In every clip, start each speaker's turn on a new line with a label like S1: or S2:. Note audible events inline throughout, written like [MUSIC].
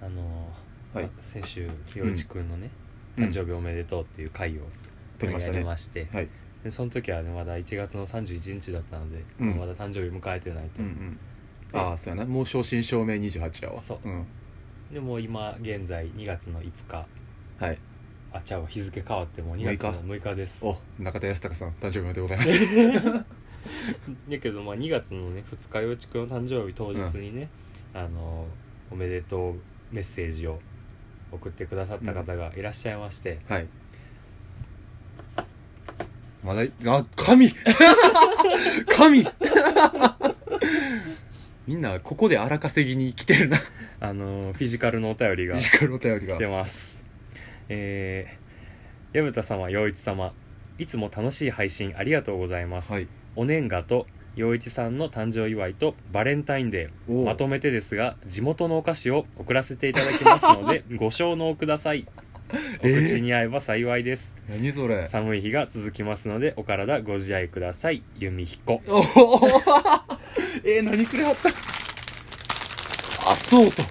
S1: あの
S2: はい
S1: あ先週陽一くんのね、
S2: うん
S1: 誕生日おめでとうっていう会を
S2: 撮りました
S1: や
S2: ね
S1: りまして、
S2: はい
S1: でその時はねまだ1月の31日だったので、
S2: うん
S1: まだ誕生日迎えてないと、
S2: うんうんああそうやなもう正真正銘28やわ、
S1: そうんでもう今現在2月の5日
S2: はい
S1: あちゃうわ日付変わってもう2月の6日です
S2: お中田康隆さん誕生日おめでとうございま
S1: [LAUGHS]
S2: す
S1: だけどまあ2月のね2日陽一くんの誕生日当日にね、あのおめでとうメッセージを送ってくださった方がいらっしゃいまして、
S2: [LAUGHS] はいまだいあ神 [LAUGHS] 神 [LAUGHS] みんなここで荒稼ぎに来てるな
S1: あのフィジカルのお便りが
S2: 短いお便りが
S1: 来てますえー、矢蓋様陽一様いつも楽しい配信ありがとうございます、
S2: はい
S1: お年賀と陽一さんの誕生祝いとバレンタインデ
S2: お
S1: ー
S2: う
S1: まとめてですが地元のお菓子を送らせていただきますの
S2: [LAUGHS]
S1: でご承納くださいお
S2: えー
S1: 口に合えば幸いです、
S2: 何それ
S1: 寒い日が続きますのでお体ご自愛ください弓彦
S2: おおえー、 [LAUGHS] 何くれはったあそうと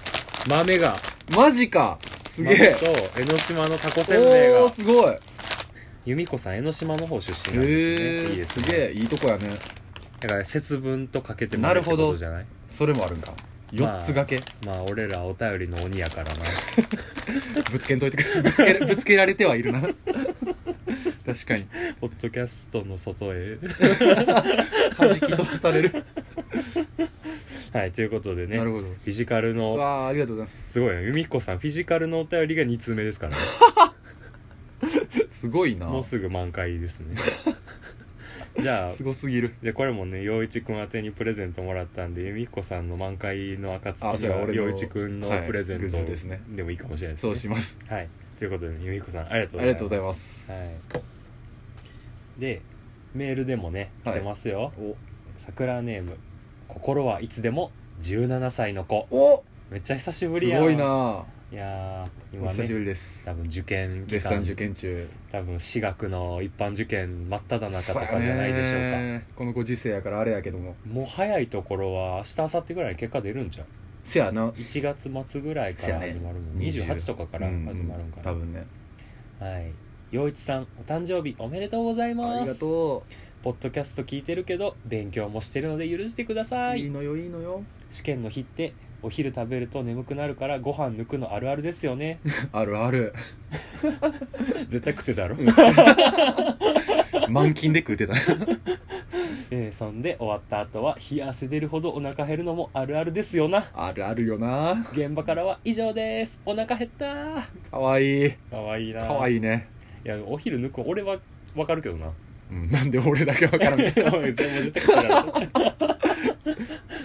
S1: 豆が
S2: マジかすげ
S1: 豆
S2: え
S1: と江ノ島のタコせんべい
S2: おお
S1: が
S2: ーすごい
S1: 由美子さん江ノ島の方出身なんですよね、
S2: へ
S1: いい
S2: え
S1: ですすね
S2: げえいいとこやね
S1: だから節分とかけてもらうってこ
S2: なるほ
S1: と
S2: ど
S1: じゃない
S2: それもあるんか
S1: まあ
S2: 4つ掛け、 [LAUGHS]
S1: まあ俺らお便りの鬼やからな
S2: ぶつけんといてくれ [LAUGHS] ぶつけぶつけられてはいるな [LAUGHS] 確かに
S1: ポッドキャストの外
S2: [LAUGHS]
S1: へ
S2: 弾き飛ばされる、
S1: はいということでね
S2: なる
S1: フ
S2: ほど
S1: ィジカル
S2: う
S1: の
S2: わあありがとうございます
S1: すごいね由美子さんフィジカルのお便りが2通目ですから
S2: [LAUGHS]
S1: ね
S2: すごいな
S1: もうすぐ満開です
S2: [LAUGHS]
S1: ねじゃあ
S2: すごすぎる
S1: でこれもね陽一くん宛てにプレゼントもらったんで由美子さんの満開の
S2: あ
S1: 暁
S2: そ
S1: に
S2: れ
S1: は
S2: は俺の
S1: 陽一くんの
S2: はい
S1: プレゼン
S2: グ
S1: ト
S2: ッズですね
S1: でもいいかもしれないです
S2: そ
S1: ね
S2: うします
S1: はいということで由美子さんありがとう
S2: ありがとうございます
S1: はい、でメールでもね来
S2: はい
S1: てますよ、
S2: お
S1: 桜ネーム「心はいつでも17歳の子
S2: お」
S1: めっちゃ久しぶり
S2: す
S1: や
S2: ごいな、
S1: いやー
S2: お
S1: 今
S2: 久しぶ
S1: ね
S2: りです
S1: 多分受験期
S2: 絶賛
S1: 間
S2: 受験中
S1: 多分私学の一般受験真っ只中と
S2: そうや
S1: かじゃないでしょうか
S2: ねこのご時世やからあれやけども
S1: もう早いところは明日明後日ぐらいに結果出るんじゃん
S2: せやな
S1: 1月末ぐらいから始まるもん、
S2: せやね
S1: 28とかから始まるんかな、
S2: うんうん多分ね
S1: はい陽一さんお誕生日おめでとうございます
S2: ありがと
S1: ポッドキャスト聞いてるけど勉強もしてるので許してくだ
S2: う、
S1: さ
S2: い、
S1: い
S2: いのよいいのよ
S1: 試験の日ってお昼食べると眠くなるからご飯抜くのあるあるですよ
S2: [LAUGHS]
S1: ね
S2: あるある
S1: 絶対食ってたろ、
S2: 満勤で食うてた
S1: えーそんで終わった後は冷や汗出るほどお腹減るのもあるあるですよな
S2: あるあるよな
S1: 現場からは以上ですお腹減ったー
S2: かわいい
S1: かわいいな
S2: かわ
S1: い
S2: いいね、
S1: いやお昼抜く俺はわかるけどな
S2: うん、なんで俺だけわから
S1: [LAUGHS]
S2: んみたいな
S1: おい全部絶対食ってたろ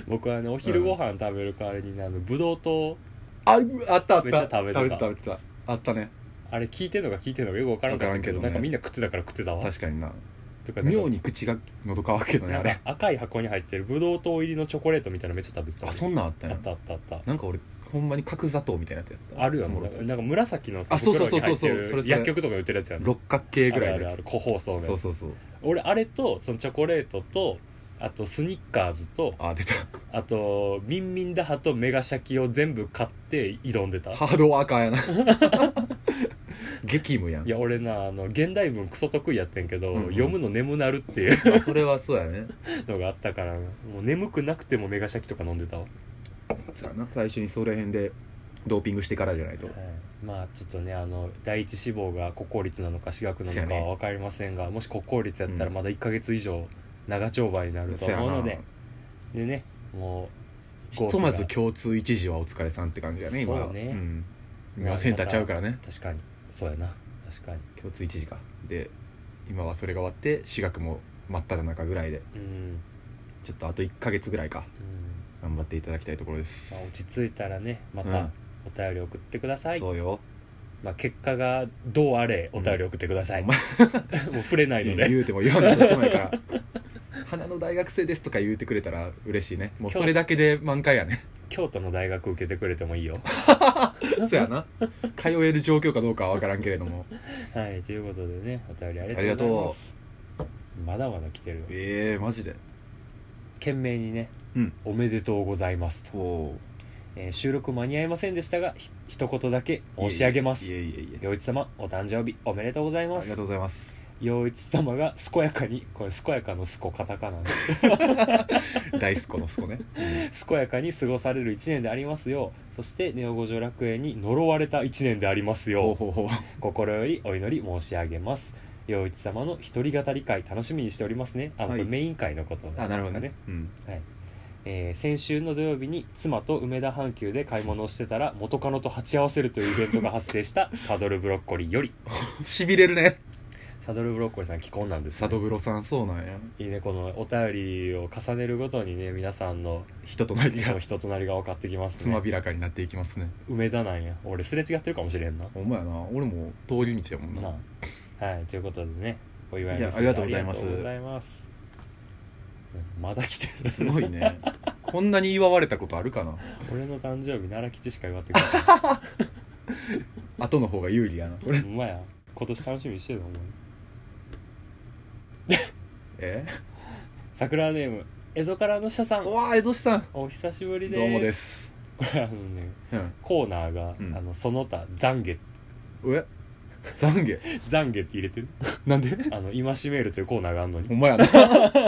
S1: 僕はねお昼ご飯食べる代わりにねあのブドウと
S2: ああったあった
S1: めっちゃ食べてた
S2: 食べてた食べてたあったね
S1: あれ聞いてんのか聞いてんのかよくわからんかったけど
S2: わか
S1: な
S2: らんけどね
S1: んかみんな食ってたから食ってたわ
S2: 確かにな
S1: とかなんか
S2: 妙に口が喉乾くけどね
S1: な
S2: あ
S1: んか
S2: れ
S1: 赤い箱に入ってるブドウ糖入りのチョコレートみたいなのめっちゃ食べてた
S2: あそんなんあったん
S1: あ
S2: や
S1: ったあったあった
S2: なんか俺ほんまに角砂糖みたいなやつやった
S1: あるよも
S2: も
S1: う
S2: う
S1: なんか紫のさ
S2: あそうそうそ
S1: 袋
S2: う
S1: に入ってる
S2: そうそうそれそれ
S1: 薬局とか売ってるやつやん
S2: 六角形ぐら
S1: あ
S2: い
S1: る
S2: の
S1: ある
S2: や
S1: ある個包装の
S2: つそ
S1: や
S2: う
S1: つ
S2: そうそう
S1: 俺あれとそのチョコレートとあとスニッカーズと
S2: あ出た
S1: あとミンミンダハとメガシャキを全部買って挑んでた
S2: ハードワーカーやな
S1: [LAUGHS]
S2: 激務やん
S1: いや俺なあの現代文クソ得意やってんけど、
S2: うんうん
S1: 読むの眠なるっていう
S2: まあそれはそうやね
S1: のがあったからもう眠くなくてもメガシャキとか飲んでたわ
S2: そうやな最初にそれ辺でドーピングしてからじゃないと
S1: はいまあちょっとねあの第一志望が国公立なのか私学なのかは分かりませんが、もし国公立やったら
S2: うん
S1: まだ1か月以上長丁場になると
S2: そうや
S1: 思う
S2: な
S1: ので、でねもう
S2: ひとまず共通一時はお疲れさんって感じやね今は
S1: そうね
S2: ん今はセンターちゃうからね
S1: 確かにそうやな確かに
S2: 共通一時かで今はそれが終わって私学も真っ只中ぐらいで
S1: うん、うん
S2: ちょっとあと1か月ぐらいか頑張っていただきたいところです
S1: まあ、落ち着いたらねま
S2: う
S1: た
S2: ん
S1: お便り送ってください、
S2: そうよ
S1: まあ、結果がどうあれお便り送ってください、
S2: うん
S1: [LAUGHS] もう触れないので
S2: 言うても言わないとしないから「花の大学生です」とか言うてくれたら嬉しいねもうそれだけで満開
S1: [LAUGHS]
S2: やね
S1: 京都の大学受けてくれてもいいよ
S2: そうやな通える状況かどうかは分からんけれども
S1: はいということでねお便りありがとうございますまだまだ来てるよ
S2: ええー、マジで
S1: 懸命にね
S2: うん
S1: おめでとうございますと
S2: おお
S1: えー収録間に合いませんでしたがひ一言だけ申し上げます
S2: いえいえいえいえ
S1: 陽一様お誕生日おめでとうございま
S2: ありが
S1: す
S2: とうございます
S1: 陽一様が健やかにこれ健やかの健カタカ
S2: [LAUGHS]
S1: ナで
S2: 大スコのスコね、
S1: 健やかに過ごされる一年でありますようそしてネオ五条楽園に呪われた一年でありますよう
S2: ほうほうほう
S1: 心よりお祈り申し上げます陽一様の一人語り会楽しみにしておりますねあの、
S2: はい
S1: これメイン会のことんですか
S2: あ [LAUGHS] なるほどね、 [LAUGHS] うん、
S1: はいえー先週の土曜日に妻と梅田阪急で買い物をしてたら元カノと鉢合わせるというイベントが発生した [LAUGHS] サドルブロッコリーより
S2: しびれるね
S1: サドルブロッコリーさん既婚なんです、
S2: 佐
S1: ね、
S2: 渡風呂さんそうなんや
S1: いいねこのお便りを重ねるごとにね皆さんの
S2: 人となり
S1: その
S2: が
S1: 人となりが分かってきます
S2: つま
S1: ね
S2: びらかになっていきますね
S1: 梅田なんや俺すれ違ってるかもしれんな、
S2: ほんまやな俺も通り道やもんな
S1: なあはいということでねお祝い
S2: い
S1: メ
S2: や
S1: ッセージ
S2: ありがとうございます
S1: ありがとうございますうんまだ来てる [LAUGHS]
S2: すごいね [LAUGHS] こんなに祝われたことあるかな
S1: 俺の誕生日奈良吉しか祝ってくれない [LAUGHS]
S2: 後の方が有利やなこれ
S1: ほんまや今年楽しみにしてるのお前
S2: え
S1: 桜ネームエゾからの社さん
S2: うわー江戸さん
S1: お久しぶりです
S2: どうもです
S1: これあのね
S2: うん
S1: コーナーが、
S2: うん
S1: あのその他懺悔
S2: え懺悔
S1: 懺悔って入れてる
S2: なんで
S1: あの今しめるというコーナーがあるの
S2: ほ
S1: に
S2: んま [LAUGHS] やな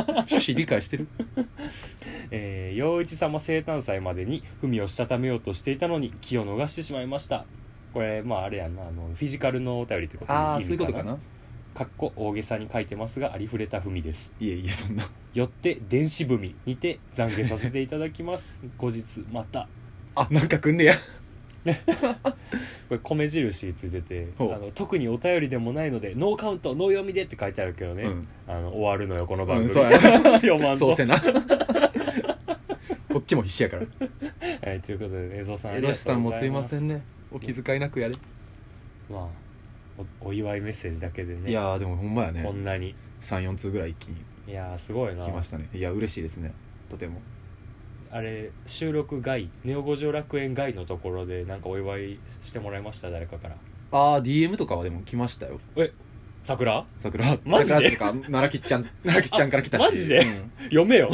S2: 趣旨理解してる
S1: えー陽一様生誕祭までに文をしたためようとしていたのに気を逃してしまいましたこれまああれやんなあのフィジカルのお便りってこと
S2: ああ
S1: 意
S2: そうい
S1: 味
S2: うことかな
S1: かっこ大げさに書いてますがありふれた文です
S2: いえいえそんな
S1: よって電子文にて懺悔させていただきます後日また
S2: あなんかくんねや
S1: これ米印ついててあ
S2: ほう
S1: の特にお便りでもないのでノーカウントノー読みでって書いてあるけどね、
S2: うん
S1: あの終わるのよこの番組、
S2: うんそうやな
S1: 読まんと
S2: そう [LAUGHS] せなこっちも必死やから
S1: はい、ということで江戸さん
S2: 江戸さんもすいません
S1: ね、
S2: ねお気遣いなくやで、
S1: まあ、おお祝いメッセージだけでね
S2: いやーでもほんまや
S1: こん
S2: ね
S1: なに
S2: 34通ぐらい一気に
S1: いやーすごいな
S2: 来ましたねいや嬉しいですねとても
S1: あれ収録外ネオ五条楽園外のところでなんかお祝いしてもらいました誰かから
S2: ああ DM とかはでも来ましたよ
S1: 桜
S2: 桜
S1: マジで
S2: 桜とか奈良吉ち
S1: [LAUGHS]
S2: ゃん奈良吉ちゃんから来たし
S1: マジで
S2: うん
S1: 読
S2: [LAUGHS]
S1: めよ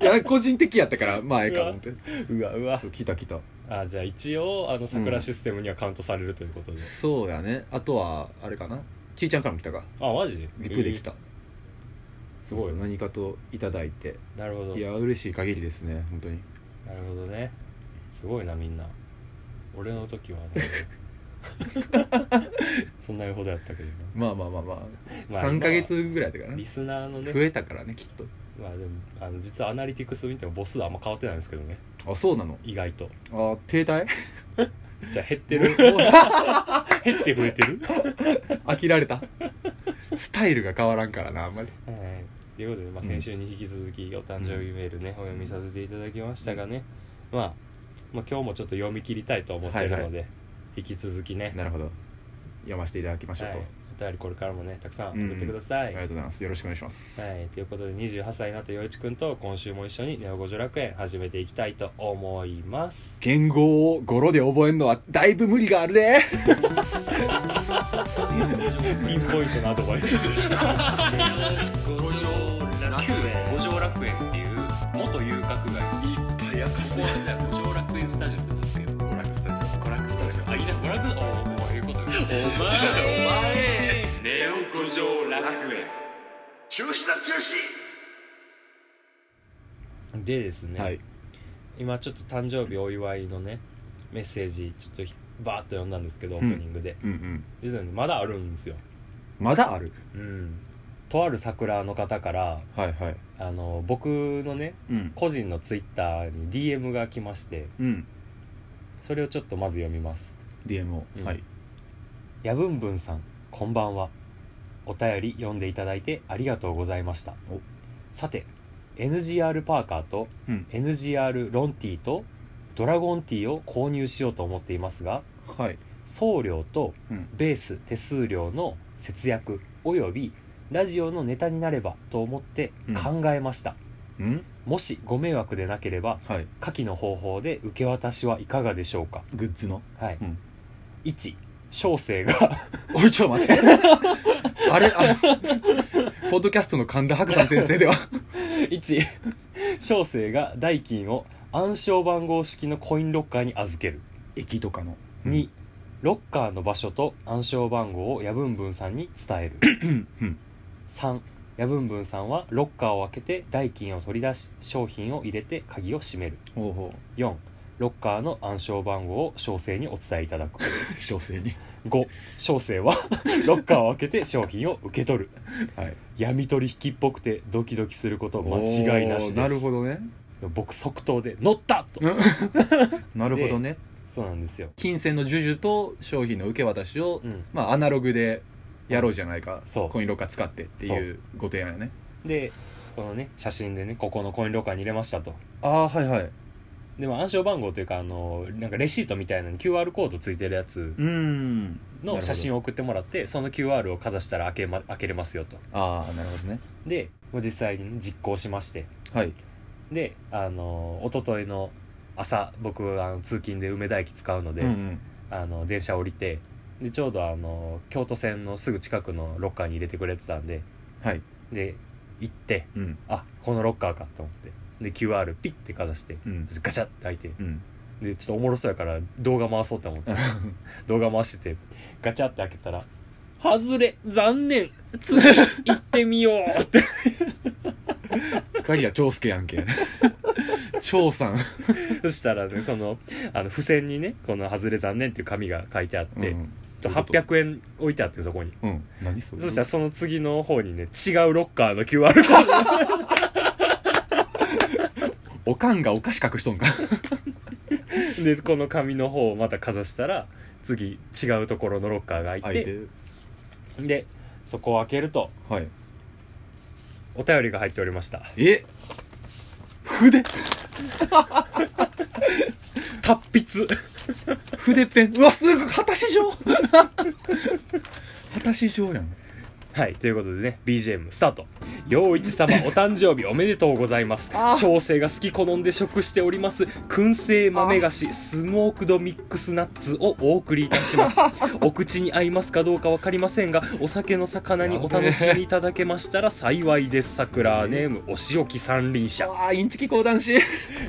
S2: いや個人的やったからまあええかと思って
S1: うわうわ
S2: そう来た来た
S1: あじゃあ一応あの桜システムにはカウントされるということで、
S2: そうやねあとはあれかなちいちゃんからも来たか
S1: あマジ
S2: リプで来た、
S1: すごい
S2: そうそう何かといただいて
S1: えーなるほど
S2: いや嬉しい限りですね本当に
S1: なるほどねすごいなみんな俺の時はね
S2: [LAUGHS]
S1: そんなよほどやったけどな
S2: まあまあまあまあ、
S1: まあ
S2: 3
S1: 今
S2: か
S1: は
S2: 月ぐらいだからね
S1: リスナーのね
S2: 増えたからねきっと
S1: まあでもあの実はアナリティクス見ても母数あんま変わってないんですけどね
S2: あそうなの
S1: 意外と
S2: あ停滞
S1: じゃあ減ってる減って増えてる
S2: [LAUGHS] 飽きられたスタイルが変わらんからなあんまり
S1: はいということで、まあ、
S2: うん
S1: 先週に引き続きお誕生日メールね、お読みさせていただきましたがね、まあ、まあ今日もちょっと読み切りたいと思ってるので、
S2: はい
S1: 引き続きね、
S2: なるほど読ませていただきましょうと、
S1: はい、お便りこれからもねたくさん
S2: うん
S1: 送ってくださ
S2: あ
S1: い、
S2: りがとうございますよろしくお願いします
S1: はい、ということで28歳になった陽一くんと今週も一緒にネオ五条楽園始めていきたいと思います
S2: 言語を語呂で覚えるのはだいぶ無理があるね
S1: ピンポイントのアドバイス五条楽園五条楽園っていう元遊郭街
S2: いやす
S1: 五条楽園スタジオってなんですよ娯楽スタジオあいいな娯楽おおいうことお前お前ネオ五条楽
S3: 中止だ中止
S1: 園でですね、
S2: はい
S1: 今ちょっと誕生日お祝いのねメッセージちょっとひバーッと読んだんですけどオープニングで、
S2: うんうん
S1: 実はねまだあるんですよ
S2: まだある
S1: うんとある桜の方から
S2: はいはい
S1: あの僕のね
S2: うん
S1: 個人のツイッターに DM が来まして
S2: うん
S1: それをちょっとまず読みます
S2: DM を、
S1: うん
S2: はい
S1: やぶんぶんさんこんばんはお便り読んでいただいてありがとうございました
S2: お
S1: さて NGR パーカーと
S2: うん
S1: NGR ロンティーとドラゴンティーを購入しようと思っていますが
S2: はい
S1: 送料と
S2: うん
S1: ベース手数料の節約およびラジオのネタになればと思って考えました、
S2: うん
S1: もしご迷惑でなければ
S2: はい
S1: 下記の方法で受け渡しはいかがでしょうか
S2: グッズの
S1: はい、
S2: うん
S1: 1小生が [LAUGHS]
S2: おいちょっと待ってあれあポッドキャストの神田伯山先生では
S1: 1小生が代金を暗証番号式のコインロッカーに預ける
S2: 駅とかの
S1: 2ロッカーの場所と暗証番号をヤブンブンさんに伝え
S2: [LAUGHS]
S1: る
S2: うんうん
S1: 3ヤブンブンさんはロッカーを開けて代金を取り出し商品を入れて鍵を閉める
S2: ほうほ
S1: 4ロッカーの暗証番号を小生にお伝えいただく
S2: う小生に
S1: 5小生は [LAUGHS] ロッカーを開けて商品を受け取る
S2: はい
S1: 闇取引っぽくてドキドキすること間違いなしです
S2: おーなるほどね
S1: 僕即答で「乗った!」と
S2: うんなるほどね
S1: そうなんですよ
S2: 金銭の授受と商品の受け渡しを、
S1: うん
S2: まあアナログでやろうじゃないか
S1: そう
S2: コインロッカー使ってっていうご提案やね
S1: でこのね写真でねここのコインロッカーに入れましたと
S2: ああはいはい
S1: でも暗証番号というかあのなんかレシートみたいなのに QR コードついてるやつ
S2: うん
S1: の写真を送ってもらってその QR をかざしたら開け,、ま、開けれますよと
S2: ああなるほどね
S1: でもう実際に、ね、実行しまして
S2: はい
S1: であの一昨日の朝僕あの通勤で梅田駅使うので、
S2: うんうん
S1: あの電車降りてでちょうどあの京都線のすぐ近くのロッカーに入れてくれてたんで
S2: はい
S1: で行って
S2: うん
S1: あこのロッカーかと思ってで QR ピッてかざして
S2: うん
S1: そしてガチャって開いて
S2: うん [LAUGHS]
S1: でちょっとおもろそうやから動画回そうって思って動画回しててガチャって開けたら「外れ残念次行ってみよう」
S2: [LAUGHS]
S1: って
S2: 鍵は長介やんけ
S1: [LAUGHS]
S2: 長さん
S1: そしたらねこのあの付箋にねこの「外れ残念」っていう紙が書いてあって、
S2: うん
S1: と800円置いてあってそこに
S2: うん何それ
S1: そしたらその次の方にね違うロッカーの QR コードが
S2: おかんがお菓子隠しとんか
S1: [LAUGHS] でこの紙の方をまたかざしたら次違うところのロッカーが開いて
S2: 開いて
S1: でそこを開けると
S2: はい
S1: お便りが入っておりました
S2: え筆
S1: 達筆
S2: 筆ペンうわすごい果たし状果たし状やん
S1: はいということでね BGM スタート陽一 [LAUGHS] 様お誕生日おめでとうございます
S2: あー
S1: 小生が好き好んで食しております燻製豆菓子スモークドミックスナッツをお送りいたし [LAUGHS] ますお口に合いますかどうか分かりませんがお酒の魚にお楽しみいただけましたら幸いですさくらネームお仕置き三輪車
S2: ああインチキ講談師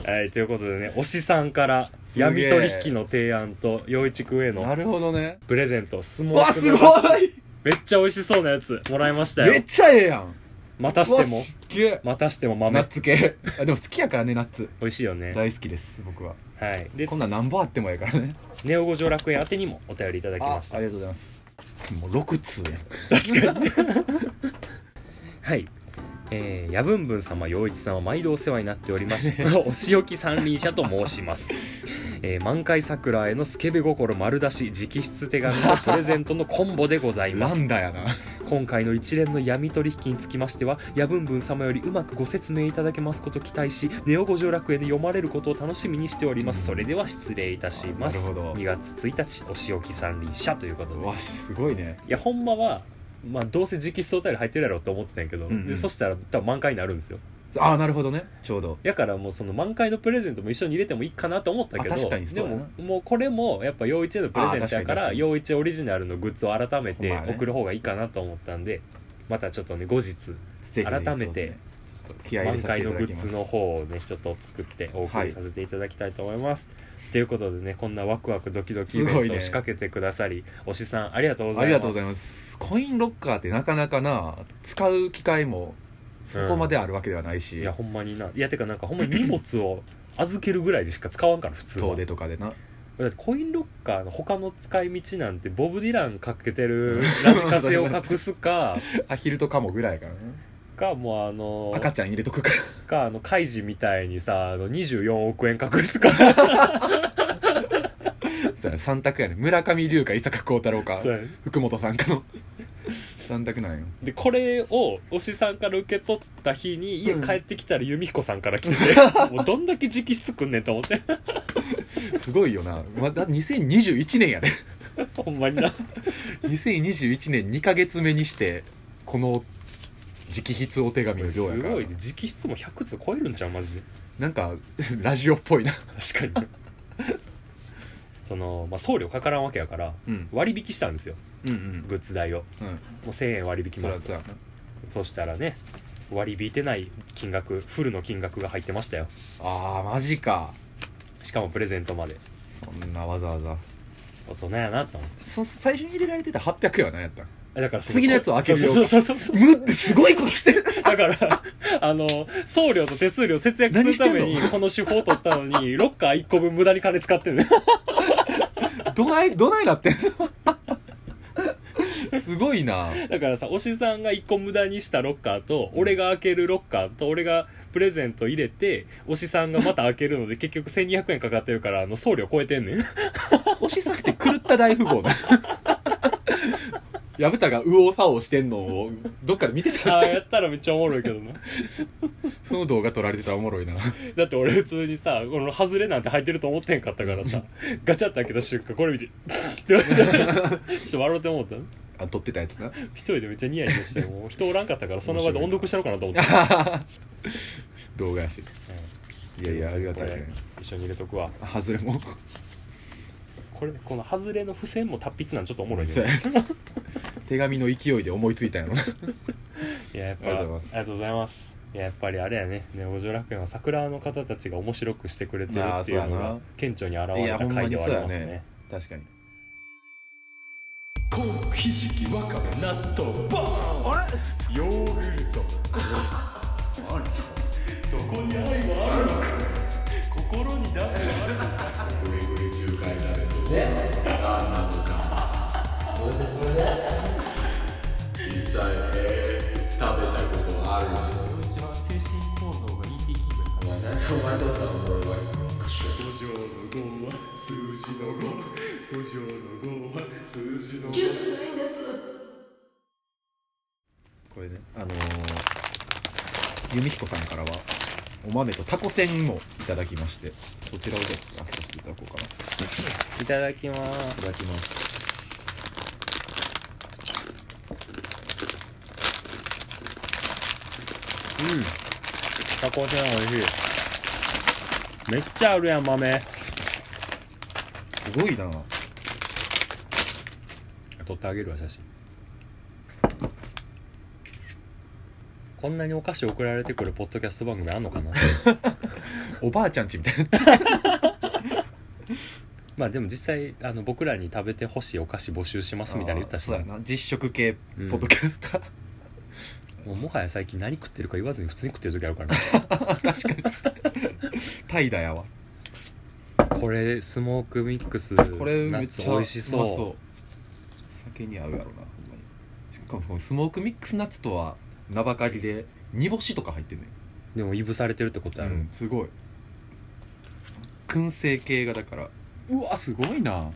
S1: はいということでね推しさんから
S2: すげえ
S1: 闇取引の提案と陽一君への
S2: なるほどね
S1: プレゼントス
S2: う
S1: モ
S2: わ
S1: ーク
S2: す
S1: の
S2: ごい
S1: めっちゃ美味しそうなやつもらいました
S2: め
S1: よ
S2: っちゃええやん
S1: またしても
S2: うわすっげえ
S1: またしても
S2: ナッ
S1: 豆
S2: ツ系あでも好きやからねナッツ
S1: 美味しいよね
S2: 大好きです僕は
S1: はいで
S2: こんなん何本あってもええからね
S1: ネオ五条楽園宛てにもお便りいただき
S2: ああ
S1: ま
S2: り
S1: し
S2: が
S1: た
S2: とうございますもう6通やん
S1: 確かにはいえー、やぶんぶん様陽一さんは毎度お世話になっており
S2: [LAUGHS]
S1: ましてお仕置き三輪車と申します、えー満開桜へのスケベ心丸出し直筆手紙とプレゼントのコンボでございま
S2: ラ
S1: す
S2: ンダやな
S1: 今回の一連の闇取引につきましてはヤブンブン様よりうまくご説明いただけますことを期待しネオ五条楽園で読まれることを楽しみにしておりますそれでは失礼いたします
S2: なるほど
S1: 2月1日お仕置き三輪車ということ
S2: う
S1: で
S2: わすごいね
S1: いやほんまはまあどうせ直筆お便り入ってるやろって思ってたんやけど、
S2: うんうん
S1: でそしたら多分満開になるんですよ
S2: ああなるほどねちょうど
S1: やからもうその満開のプレゼントも一緒に入れてもいいかなと思ったけど
S2: あ確かに
S1: で
S2: そうだな
S1: ももうこれもやっぱ陽一へのプレゼントやか
S2: あ確からに
S1: 陽一オリジナルのグッズを改めて
S2: ほんまやね
S1: 送る方がいいかなと思ったんでまたちょっとね後日
S2: ぜひね
S1: 改めて
S2: そうですね気合い入れ
S1: 満
S2: させ
S1: 開
S2: ていた
S1: の
S2: だ
S1: グ
S2: き
S1: ッ
S2: ます
S1: ズの方をねちょっと作ってお送りさせていただきたいと思います。ということでねこんなワクワクドキドキイベン
S2: すごい
S1: トを
S2: ね
S1: 仕掛けてくださり、おしさんありがとうございます。
S2: ありがとうございますコインロッカーってなかなかな使う機会もそこまであるわけではないし、
S1: いやほんまにないやてかなんかほんまに荷物を預けるぐらいでしか使わんから普通は
S2: 遠出とかでな
S1: だってコインロッカーの他の使い道なんてボブ・ディランかけてるラジカセを隠す
S2: [LAUGHS]
S1: か
S2: アヒルとカモぐらいやからね
S1: かもうあの
S2: 赤ちゃん入れとくから [LAUGHS]
S1: かあのカイジみたいにさあの24億円隠すか
S2: そうやね三択やね村上龍か伊坂幸太郎
S1: [LAUGHS]
S2: か
S1: そうやね
S2: 福本さんかの三択なんよ
S1: でこれを推しさんから受け取った日に家
S2: うん
S1: 帰ってきたら由美彦さんから来て
S2: [LAUGHS]
S1: て、もうどんだけ直筆くんねんと思って [LAUGHS]
S2: すごいよなまだ2021年やね
S1: ほんまにな
S2: 2021年2ヶ月目にしてこの直筆お手紙の
S1: す
S2: 量やから
S1: ごいね直筆も100通超えるんちゃうマジで
S2: なんか [LAUGHS] ラジオっぽいな
S1: 確かにその、まあ、送料かからんわけやから
S2: うん
S1: 割引したんですよ
S2: うんうん
S1: グッズ代をも
S2: うん
S1: う1000円割引き
S2: そ
S1: ま
S2: ら
S1: す
S2: そ
S1: と
S2: らな
S1: そしたらね割り引いてない金額フルの金額が入ってましたよ
S2: ああマジか
S1: しかもプレゼントまで
S2: そんなわざわざ
S1: 大人やなと思って
S2: そ最初に入れられてた800やなやったん
S1: あだからそ
S2: 次のやつを開けるよ
S1: そうそうそうそう
S2: 無ってすごいことしてる
S1: [LAUGHS] だからあの送料と手数料節約するために
S2: 何
S1: この手法を取ったのに [LAUGHS] ロッカー1個分無駄に金使ってるね
S2: どないどないな [LAUGHS] ってんのすごいな
S1: [LAUGHS] だからさ推しさんが1個無駄にしたロッカーと俺が開けるロッカーと俺がプレゼント入れて推しさんがまた開けるので結局1200円かかってる [LAUGHS] からあの送料超えてんねん
S2: 押しさって狂った大富豪だ薮田が右往左往してんのをどっかで見てた
S1: あ
S2: ん
S1: あ
S2: ちゃう
S1: やったらめっちゃおもろいけどな
S2: その動画撮られてたらおもろいな
S1: [LAUGHS] だって俺普通にさこの外れなんて入ってると思ってんかったからさガチャって開けた瞬間これ [LAUGHS] 見てってちょっと笑うて思ったの
S2: あ撮ってたやつな
S1: 一人でめっちゃニヤニヤしてもう人おらんかったからその場で音読したのかなと思って、
S2: 動画やしいやいやありが
S1: こ
S2: たい
S1: れ
S2: ね
S1: 一緒に入れとくわ
S2: あ外れも
S1: これこの外れの付箋も達筆なんちょっとおもろい
S2: そう
S1: ね
S2: や手紙の勢いで思いついたんやろない
S1: ややっぱ
S2: あ
S1: あ
S2: りがとうございます
S1: りがとうございますいややっぱりあれやねね五条楽園は桜の方たちが面白くしてくれてるっていうの
S2: あーそうや
S1: が
S2: な
S1: 顕著に現れた回ではありますね
S2: 確かに
S1: こうひじきわかめ納豆バーンあれヨーグルトそこに愛はあるのか心にだけはあるのかグリグリ中華食べてね実際ね食べたことある一番精神構造が ET 気分かな五条の五は数字の五五条の五は数字の五
S2: これねあのー、弓彦さんからはお豆とタコせんもいただきましてそちらをじゃあ開けさせていただこうかない
S1: ただきます
S2: いただきます
S1: うんタコせん美味しいめっちゃあるやん豆
S2: すごいな
S1: 撮ってあげるわ写真こんなにお菓子送られてくるポッドキャスト番組あんの
S2: [LAUGHS]
S1: かな
S2: おばあちゃんちみたいな
S1: まあでも実際あの僕らに食べてほしいお菓子募集しますみたいに言ったし
S2: そう
S1: な
S2: やな実食系
S1: うん
S2: ポッドキャス [LAUGHS] ター、
S1: もうもはや最近何食ってるか言わずに普通に食ってる時あるから
S2: [LAUGHS]
S1: ね
S2: タイだやわ
S1: これスモークミックス
S2: これめっ
S1: ナッツ
S2: ちゃ
S1: 美味しそう
S2: うまそう酒に合うやろなほんまにしかもこのスモークミックスナッツとは名ばかりで煮干しとか入ってんね
S1: でもいぶされてるってことある、
S2: うんすごい燻製系がだからうわすごいな
S1: う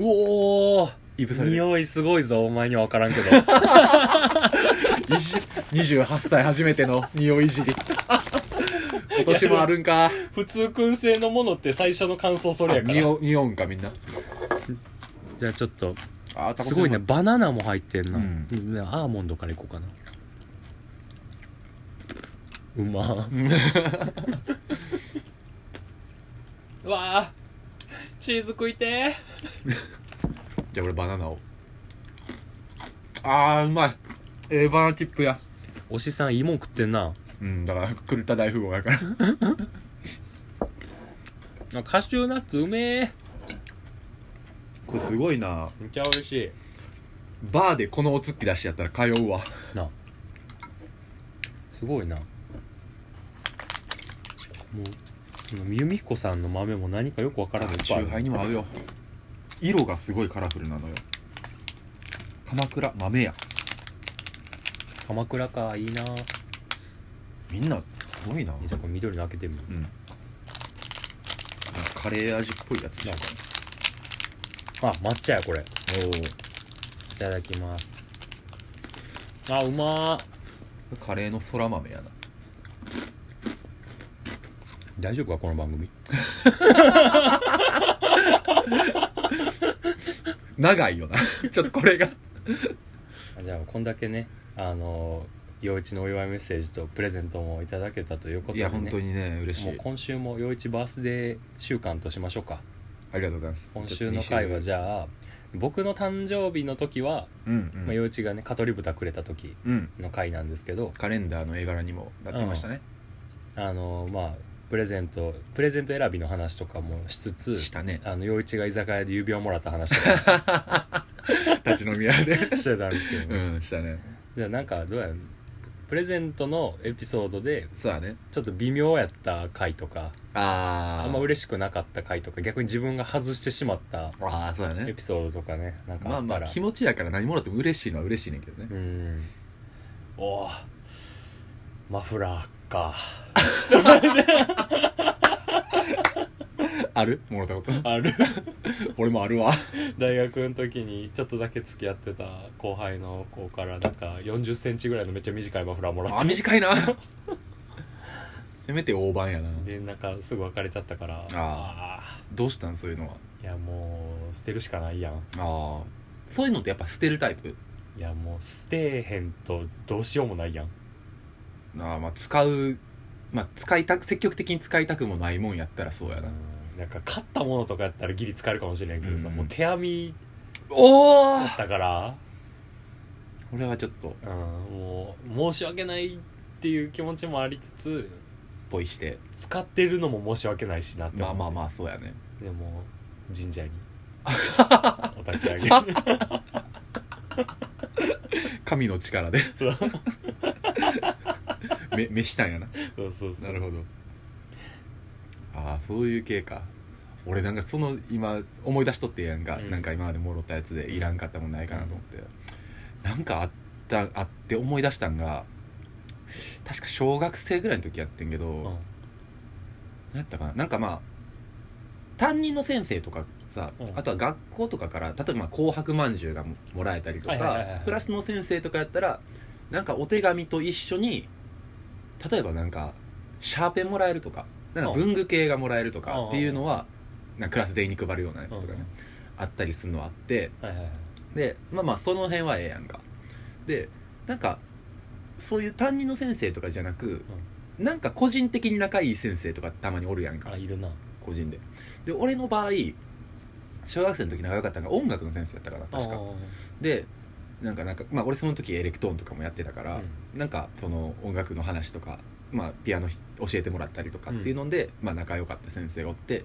S1: おー
S2: いぶされる
S1: 匂いすごいぞお前には分からんけど
S2: いじ28歳初めての匂いいじり今年もあるんか
S1: 普通燻製のものって最初の感想それやから
S2: 匂匂うんかみんな
S1: じゃあちょっと
S2: あータコ
S1: す
S2: せん
S1: ごいねバナナも入ってんな、
S2: うん
S1: うんアーモンドからいこうかなうま
S2: うん
S1: [LAUGHS] うわあチーズ食いて
S2: じゃあ俺バナナをあーうまいええバナナチップや
S1: おしさんいいもん食ってんな
S2: うんだから狂った大富豪やから
S1: あカシューナッツうめえ
S2: これすごいな
S1: めっちゃ美味しい
S2: バーでこのおつっき出しやったら通うわ
S1: なあすごいなもう今由美彦さんの豆も何かよくわからんのいっぱいあ
S2: 中
S1: る
S2: 杯にも合うよ色がすごいカラフルなのよ鎌倉豆や
S1: 鎌倉かいいなあ
S2: みんなすごいな
S1: じゃあこれ緑の開けてみる
S2: うんなんかカレー味っぽいやつだ
S1: あ抹茶やこれい
S2: お
S1: ただきますあうまー
S2: おカレーの空
S1: [LAUGHS]
S2: 豆やな
S1: 大丈夫かこの番組
S2: 長い
S1: [LAUGHS]
S2: よなちょっとこれが
S1: じゃあこんだけねあの陽一のお祝いメッセージとプレゼントもいただけたということ
S2: い
S1: で、ね、
S2: や本当にね嬉し
S1: もう
S2: い
S1: 今週も陽一バースデー週間としましょうか
S2: ありがとうございます
S1: 今週の回はじゃあ僕の誕生日の時は
S2: うんうん
S1: まあ陽一、がね蚊取り豚くれた時
S2: うん
S1: の回なんですけど
S2: カレンダーの絵柄にもなってましたね、
S1: あのまあプレゼントプレゼント選びの話とかもしつ
S2: [LAUGHS]
S1: つ
S2: したね
S1: あの陽一が居酒屋で指輪もらった話とか
S2: 立ち飲み屋で
S1: してたんですけど、
S2: うんしたね
S1: じゃあなんかどうやプレゼントのエピソードで
S2: そうだね
S1: ちょっと微妙やった回とか
S2: あ
S1: あ
S2: あ
S1: んま嬉しくなかった回とか逆に自分が外してしまった
S2: ああそうだ
S1: エ
S2: ね
S1: ピソードとかねなんか
S2: ま
S1: あ
S2: あ
S1: っ
S2: ま
S1: た
S2: あ
S1: ら
S2: 気持ちやから何もらっても嬉しいのは嬉しいねんけどね
S1: うんおーマフラーか
S2: あるもらったこと
S1: ある
S2: 俺もあるわ
S1: 大学の時にちょっとだけ付き合ってた後輩の子からなんか4 0ンチぐらいのめっちゃ短いマフラーもらっ
S2: あ
S1: て
S2: 短い [LAUGHS] なせめて大判やな
S1: でなんかすぐ別れちゃったから
S2: あどうしたんそういうのは
S1: あーいやもう捨てるしかないやん
S2: ああそういうのってやっぱ捨てるタイプ
S1: いやもう捨てへんとどうしようもないやん
S2: ああまあ使うまあ使いたく積極的に使いたくもないもんやったらそうやな
S1: なんか買ったものとかやったらギリ使えるかもしれんけどさ、
S2: うん
S1: もう手編み
S2: おお
S1: だから、
S2: これはちょっと
S1: うん、もう申し訳ないっていう気持ちもありつつ
S2: ポイして
S1: 使ってるのも申し訳ないしなって
S2: ま
S1: 思
S2: あ
S1: って
S2: まあまあそうやね
S1: でも神
S2: [LAUGHS]
S1: 社にお焚き上げ
S2: 神の力で
S1: そう
S2: [LAUGHS] め召したんやな
S1: そうそうそう
S2: なるほどああそういう系か俺なんかその今思い出しとってやんか、
S1: うん
S2: なんか今までもろったやつでいらんかったもんないかなと思って、なんかあったあって思い出したんが確か小学生ぐらいの時やってんけど、
S1: うん
S2: なん、やったかななんかまあ担任の先生とかさ、
S1: うん
S2: あとは学校とかから例えばまあ紅白まんじゅうがももらえたりと
S1: はいはいはいは
S2: か
S1: い
S2: クラスの先生とかやったらなんかお手紙と一緒に例えばなんかシャーペンもらえるとかなんか文具系がもらえるとかっていうのはなんかクラス全員に配るようなやつとかねあったりするのはあって
S1: はいはいはい
S2: でまあまあその辺はええやんかでなんかそういう担任の先生とかじゃなくなんか個人的に仲いい先生とかたまにおるやんか
S1: あいるな
S2: 個人でで俺の場合小学生の時仲良かったのが音楽の先生だったから確
S1: あ
S2: かでなんかなんかまあ俺その時エレクトーンとかもやってたから、
S1: ー
S2: なんかその音楽の話とか、まあ、ピアノひ教えてもらったりとかっていうので、まあ、仲良かった先生がおって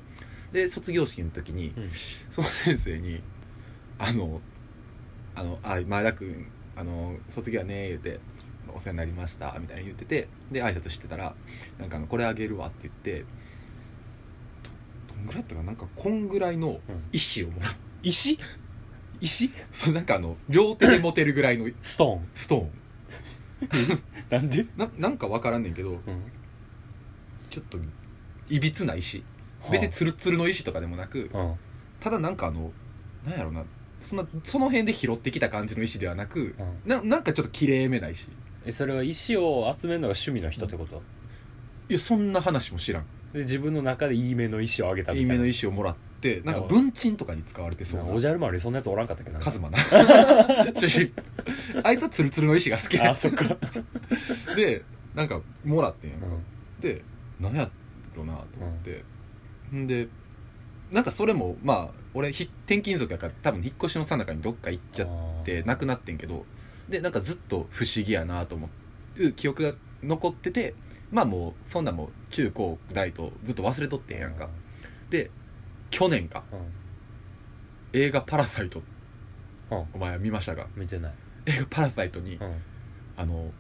S2: で卒業式の時に、
S1: うん
S2: その先生に「あのあのあ前田君あの卒業やね」言うて「お世話になりました」みたいに言っててで挨拶してたら「なんかあのこれあげるわ」って言ってどどんぐらいだったかななんかこんぐらいの石をもらった、 [LAUGHS]
S1: 石石
S2: そうなんかあの両手で持てるぐらいの
S1: スト
S2: ストーン
S1: ーンなんで、
S2: ななんかわからんねんけどちょっといびつな石別にツルツルの石とかでもなく
S1: うん
S2: ただなんかあのなんやろなそんなその辺で拾ってきた感じの石ではなく
S1: うん
S2: ななんかちょっときれいめな石
S1: えそれは石を集めるのが趣味の人ってこと、
S2: いやそんな話も知らん
S1: で自分の中でいい目の石をあげたみ
S2: い
S1: た
S2: い
S1: いな
S2: 目の石をもらってなんか文鎮とかに使われてそう
S1: なんかお
S2: な
S1: じゃる丸にそんなやつおらんかったっけな
S2: [LAUGHS] カズマな出身あいつはツルツルの石が好き
S1: あそっか、
S2: でなんかもらってんやん
S1: う
S2: か
S1: ん
S2: でなんやろなと思って、ん、でなんかそれもまあ俺ひ転勤族やから多分引っ越しの最中にどっか行っちゃっってなくなってんけどでなんかずっと不思議やなと思う記憶が残っててまあもうそんなんもう中高大とずっと忘れとってんやんかで去年か
S1: うん
S2: 映画「パラサイト」
S1: うん
S2: お前は見ましたか
S1: 見てない、
S2: 映画「パラサイトに」
S1: うん
S2: あの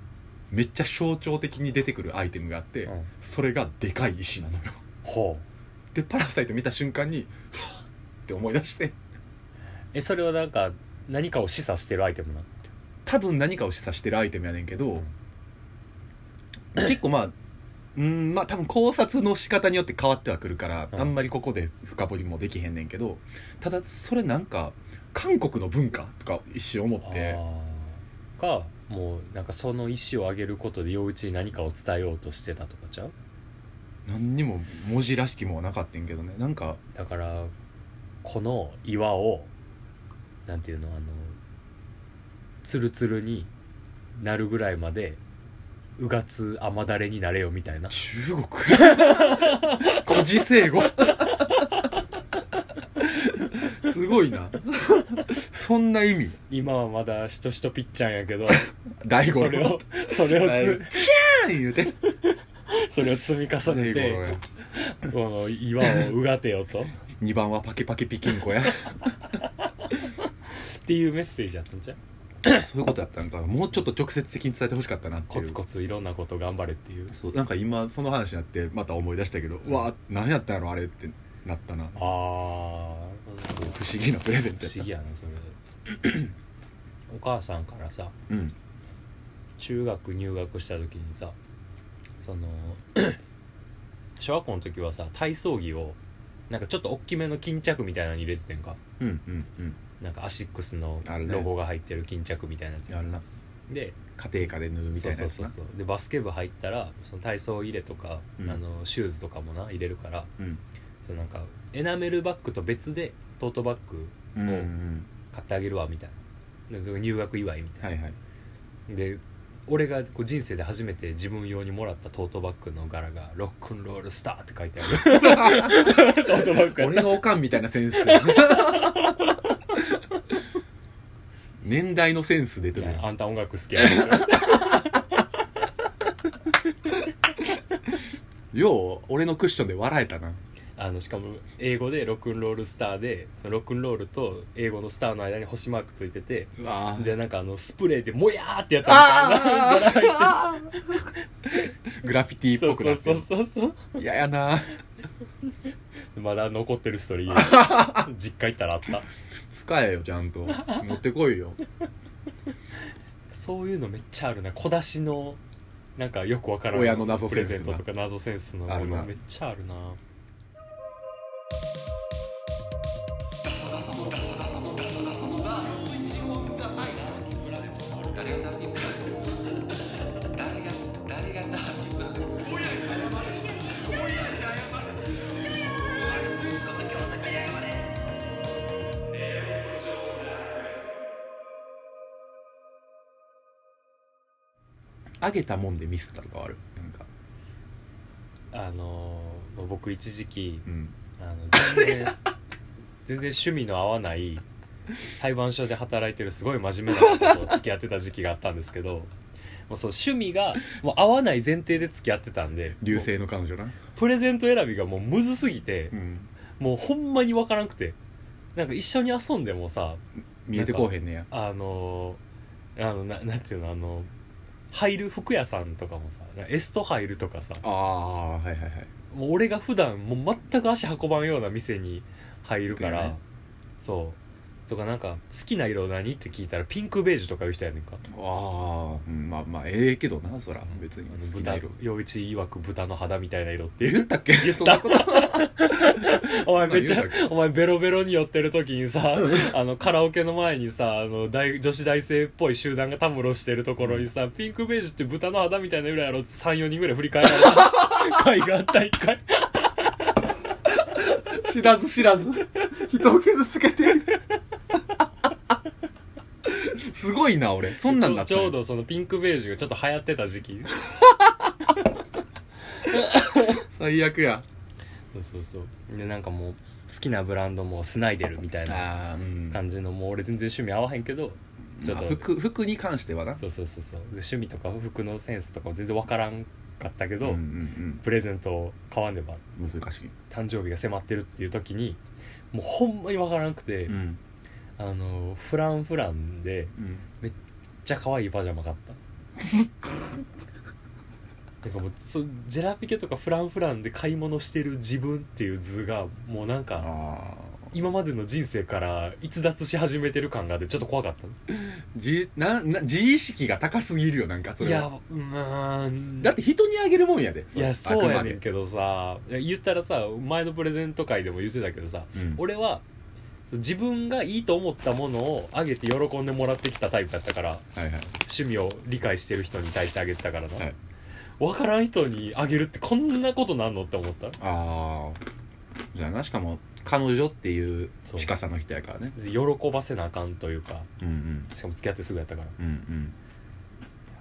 S2: めっちゃ象徴的に出てくるアイテムがあって、
S1: うん、
S2: それがでかい石なのよ
S1: ほう
S2: で「パラサイト」見た瞬間に「はぁって思い出して
S1: えそれはなんか何かを示唆してるアイテムなの
S2: 多分何かを示唆してるアイテムやねんけど、
S1: うん
S2: 結構まあうんまあ多分考察の仕方によって変わってはくるから、
S1: うん
S2: あんまりここで深掘りもできへんねんけどただそれなんか韓国の文化とか一瞬思って
S1: あーかもうなんかその意思を上げることで陽一に何かを伝えようとしてたとかちゃう
S2: 何にも文字らしきもんはなかったんけどねなんか
S1: だからこの岩をなんていうのあのツルツルになるぐらいまでうがつ雨だれになれよみたいな
S2: 中
S1: [LAUGHS]
S2: 国古事聖語すごいなそんな意味
S1: 今はまだしとしと
S2: [LAUGHS]
S1: ぴっちゃんやけど
S2: 大
S1: そ
S2: 悟
S1: れをそれを
S2: 大
S1: つ
S2: 悟シャーン言うて
S1: それを積み重ねてこの岩をうがてよとっ
S2: 2番はパキパキピキンコ [LAUGHS] や
S1: ていうメッセージだったんじゃう
S2: そういうことやったんだもうちょっと直接的に伝えてほしかったなってい
S1: コ
S2: う
S1: ツコツいろんなこと頑張れっていう
S2: そうなんか今その話になってまた思い出したけどうわ何やったんやろあれってなったな
S1: ああ
S2: そう不思議なプレゼン
S1: 不
S2: トやった
S1: 思議やなそれ
S2: [LAUGHS]
S1: お母さんからさ
S2: うん
S1: 中学入学した時にさその [CLEARS THROAT] 小学校の時はさ体操着をなんかちょっと大きめの巾着みたいなのに入れててんか
S2: うんうんうん
S1: なんかアシックスの
S2: あるね
S1: ロゴが入ってる巾着みたいなやつ
S2: あるな
S1: で
S2: 家庭科で塗るみた
S1: そ
S2: いうな
S1: そ
S2: や
S1: う
S2: つ
S1: そう
S2: な
S1: そうでバスケ部入ったらその体操入れとか、
S2: うん
S1: あのシューズとかもな入れるから
S2: うん
S1: そのなんかエナメルバッグと別でトートバッグ
S2: うんうん
S1: 買ってあげるわみたいなでそれ入学祝いみたいな、
S2: はいはい
S1: で俺がこう人生で初めて自分用にもらったトートバッグの柄が「ロックンロールスター」って書いてある [LAUGHS] トートバッグやっ
S2: 俺
S1: た
S2: のおかんみたいな [LAUGHS] センス年代のセンス出てる
S1: いやあんた音楽好きやね
S2: よう俺のクッションで笑えたな
S1: [LAUGHS] あのしかも英語で「ロックンロールスターで」そのロックンロールと英語のスターの間に星マークついてて
S2: うわ
S1: でなんかあのスプレーで「もやー」ってやったみたいな [LAUGHS] 柄入って
S2: あー [LAUGHS] グラフィティっ
S1: そ
S2: ぽ
S1: う
S2: く
S1: そ
S2: な
S1: う
S2: って
S1: そう
S2: る
S1: そうそう
S2: 嫌やな
S1: まだ残ってるストーリー [LAUGHS] 実家行ったらあった
S2: 使えよちゃんと持ってこいよ
S1: そういうのめっちゃあるな小出しのなんかよくわからん
S2: 親の謎
S1: プ
S2: セ
S1: レ
S2: ンス
S1: ゼント
S2: な
S1: とか謎センスの
S2: あ
S1: も
S2: るな
S1: のめっちゃあるな
S2: あげたもんでミスったとかあるなんか
S1: あのー僕一時期
S2: うん
S1: あの全然 [LAUGHS] 全然趣味の合わない裁判所で働いてるすごい真面目な人と付き合ってた時期があったんですけどもうそう趣味がもう合わない前提で付き合ってたんで
S2: 流
S1: も
S2: 星の彼女な
S1: うプレゼント選びがもうむずすぎて
S2: うん
S1: もうほんまにわからんくてなんか一緒に遊んでもさ
S2: 見えてこうへんねや
S1: あのあのななんていうのあの入る服屋さんとかもさエスト入るとかさ
S2: ああはいはいはい
S1: もう俺が普段もう全く足運ばんような店に入るから、
S2: 行くよね
S1: そうとかなんか好きな色何って聞いたらピンクベージュとかいう人やねんか
S2: ああまあまあええけどなそら別に
S1: あの
S2: 好き
S1: 豚
S2: な色
S1: 陽一曰く豚の肌みたいな色っていう
S2: 言ったっけそんなこと
S1: お前めっち
S2: そ
S1: ゃ
S2: んなん言うたっけ
S1: お前ベロベロに寄ってる時にさあのカラオケの前にさあの大女子大生っぽい集団がたむろしてるところにさ、ピンクベージュって豚の肌みたいな色やろって34人ぐらい振り返ら
S2: [LAUGHS]
S1: れた回があった一回
S2: 知らず知らず人を傷つけ
S1: [LAUGHS]
S2: てるすごいな俺そんなんだった
S1: ちょちょうどそのピンクベージュがちょっと流行ってた時期
S2: 最悪や
S1: そうそうそうでなんかもう好きなブランドもスナイデルみたいな
S2: ああうん
S1: 感じのもう俺全然趣味合わへんけどちょっ
S2: ま
S1: と
S2: あ、服服に関してはな
S1: そうそうそうそうで趣味とか服のセンスとかも全然わからんかったけど、
S2: うんうん
S1: プレゼントを買わねば
S2: うん難しい、
S1: 誕生日が迫ってるっていう時にもうほんまにわからんくて、
S2: ん
S1: あのフランフランで
S2: うん、
S1: めっちゃ可愛いパジャマ買った
S2: [LAUGHS]
S1: なんかもうそジェラピケとかフランフランで買い物してる自分っていう図がもうなんか
S2: ああ
S1: 今までの人生から逸脱し始めてる感があってちょっと怖かった
S2: じなな自意識が高すぎるよなんかそ
S1: い
S2: れは
S1: やうーん
S2: だって人にあげるもんやで
S1: いやそうやねん
S2: け
S1: けどさ言ったらさ前のプレゼント会でも言ってたけどさ
S2: ど、うん
S1: 俺は自分がいいと思ったものをあげて喜んでもらってきたタイプだったから
S2: はいはい
S1: 趣味を理解してる人に対してあげてたからな、
S2: はい
S1: 分からん人にあげるってこんなことなんのって思った
S2: ああじゃあなしかも彼女っていう
S1: そう
S2: 近さの人やからね
S1: 喜ばせなあかんというか
S2: うんうん
S1: しかも付き合ってすぐやったから
S2: うんうん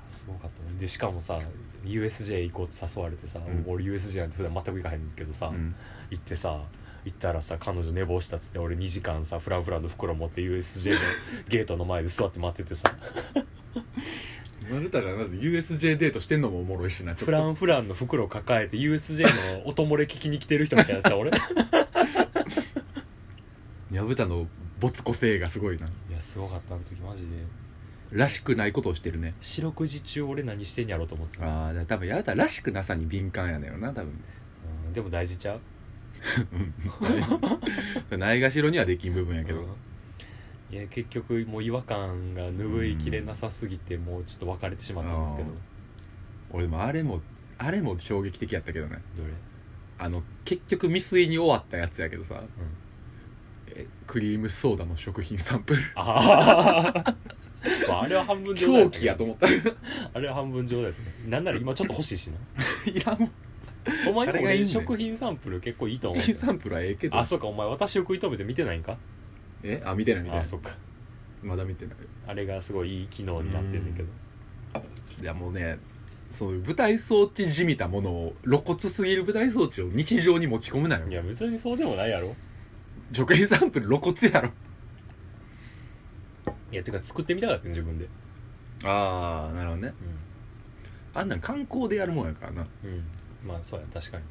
S1: すごかったねでしかもさ USJ 行こうって誘われてさ、
S2: ん
S1: 俺 USJ なんて普段全く行かへんけどさ、
S2: うん
S1: 行ってさ行ったらさ彼女寝坊したっつって俺2時間さ [LAUGHS] フランフランの袋持って USJ のゲートの前で座って待っててさ
S2: 丸太がまず USJ デートしてんのもおもろいしなちょっと
S1: フランフランの袋を抱えて USJ の音漏れ聞きに来てる人みたいなさ
S2: [LAUGHS]
S1: 俺い
S2: ヤブタの没個性がすごいな
S1: やすごかったあの時マジで
S2: らしくないことをしてるね
S1: 四六時中俺何してんやろうと思ってた、
S2: ああだから多分ヤブタらしくなさに敏感やねんよな多分
S1: うんでも大事ちゃう
S2: うんないが [LAUGHS] しろにはできん部分やけど、
S1: うんいや結局もう違和感が拭いきれなさすぎて、もうちょっと別れてしまったんですけど
S2: あ俺もあれもあれも衝撃的やったけどね
S1: どれ
S2: あの結局未遂に終わったやつやけどさ、えクリームソーダの食品サン
S1: [LAUGHS]
S2: プル
S1: あああれは半分冗談ったけど
S2: 狂気やと思った [LAUGHS] い
S1: あれは半分冗談やったねなんなら今ちょっと欲しい
S2: [LAUGHS]
S1: しな
S2: らん
S1: お前
S2: あれ
S1: も
S2: がいい
S1: 俺
S2: ね
S1: 食品サンプル結構いいと思う
S2: [LAUGHS] 食品サンプルはええけど
S1: あそうかお前私を食い止めて見てないんか
S2: えあ見てない見てな
S1: あ
S2: い
S1: そっか
S2: まだ見てない
S1: あれがすごいいい機能になってるんだけど
S2: いやもうねそういう舞台装置じみたものを露骨すぎる舞台装置を日常に持ち込むなよ
S1: いや別にそうでもないやろ
S2: 食品サンプル露骨やろ
S1: いやてか作ってみたかったね自分で
S2: ああなるほどね
S1: う、
S2: あんなん観光でやるもんやからなん
S1: まあそうや確かに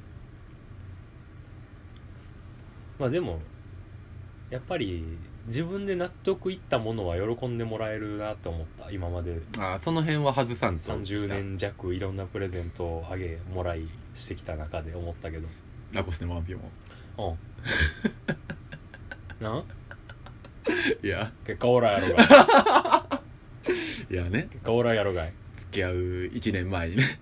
S1: まあでもやっぱり自分で納得いったものは喜んでもらえるなと思った今まで
S2: ああその辺は外さんと
S1: 30年弱いろんなプレゼントをあげもらいしてきた中で思ったけど
S2: ラコステのワンピも
S1: うん [LAUGHS] ない
S2: や
S1: 結果オーラやろがい
S2: いやね
S1: 結果オーラやろがい
S2: 付き合う1年前にね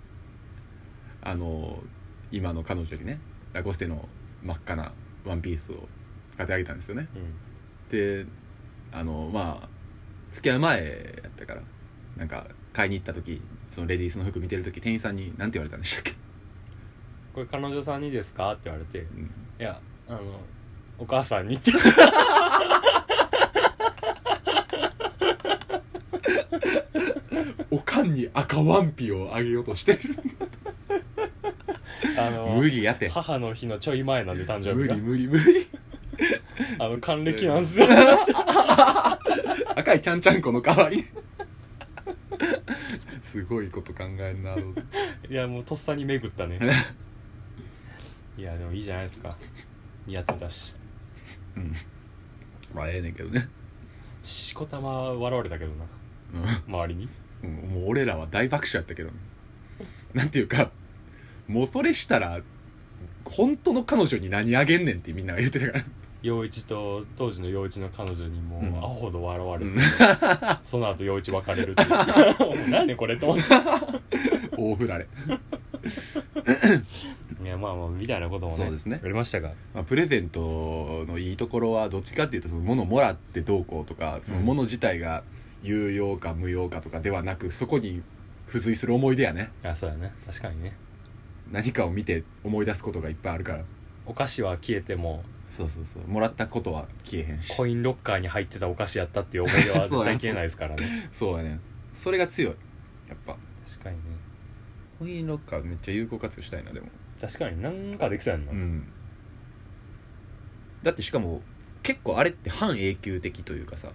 S2: あの今の彼女にねラコステの真っ赤なワンピースを買ってあげたんですよね
S1: うん
S2: であのまあ付き合う前やったからなんか買いに行った時そのレディースの服見てる時店員さんに何て言われたんでしたっけ、
S1: これ彼女さんにですかって言われて
S2: うん
S1: いやあのお母さんにって
S2: おかんに赤ワンピをあげようとしてる
S1: あの
S2: 無理やて
S1: 母の日のちょい前なんで誕生
S2: 無
S1: 日が
S2: 理無理無理
S1: あの還暦なんですよ
S2: 赤いちゃんちゃんこの可愛いすごいこと考えんな
S1: いやもうとっさに巡ったねいやでもいいじゃないですか似合ってたし
S2: うんまあええねんけどね、
S1: しこたま笑われたけどな周りに
S2: うん、もう俺らは大爆笑やったけどねなんていうかもうそれしたら本当の彼女に何あげんねんってみんなが言ってたから
S1: 陽一と当時の陽一の彼女にもう
S2: うん
S1: アホほど笑われて、
S2: うん
S1: [LAUGHS] その後陽一別れるって
S2: [LAUGHS]
S1: いう何ねこれと思って
S2: 大振られ、
S1: いやまあまあみたいなこともね
S2: そうですね
S1: ありましたが
S2: まあ、プレゼントのいいところはどっちかっていうとその物もらってどうこうとかその物自体が有用か無用かとかではなくそこに付随する思い出やね
S1: いやそうやね確かにね
S2: 何かを見て思い出すことがいっぱいあるから
S1: お菓子は消えても
S2: そうそうそうもらったことは消えへんし
S1: コインロッカーに入ってたお菓子やったっていう思い
S2: [LAUGHS]
S1: 出は絶対消えないですからね
S2: そうやねそれが強いやっぱ
S1: 確かにね
S2: コインロッカーめっちゃ有効活用したいなでも
S1: 確かになんかできそうやんな、
S2: うんだってしかも結構あれって半永久的というかさ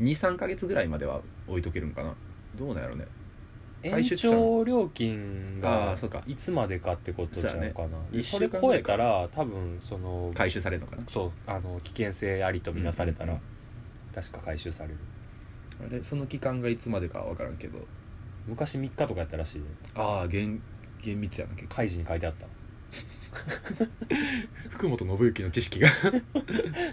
S2: 23ヶ月ぐらいまでは置いとけるんかなどうなんやろね
S1: 延長料金
S2: あ
S1: が
S2: ーそうか
S1: いつまでかってことじゃないかな
S2: ね
S1: それ
S2: 一週間
S1: 超えたら多分その
S2: 回収されるのかな
S1: そうあの危険性ありとみなされたら、
S2: うん
S1: 確か回収される
S2: あれその期間がいつまでかは分からんけど
S1: 昔3日とかやったらしいで
S2: ああ厳厳密やな結構
S1: 開示に書いてあった
S2: 福本信之の知識が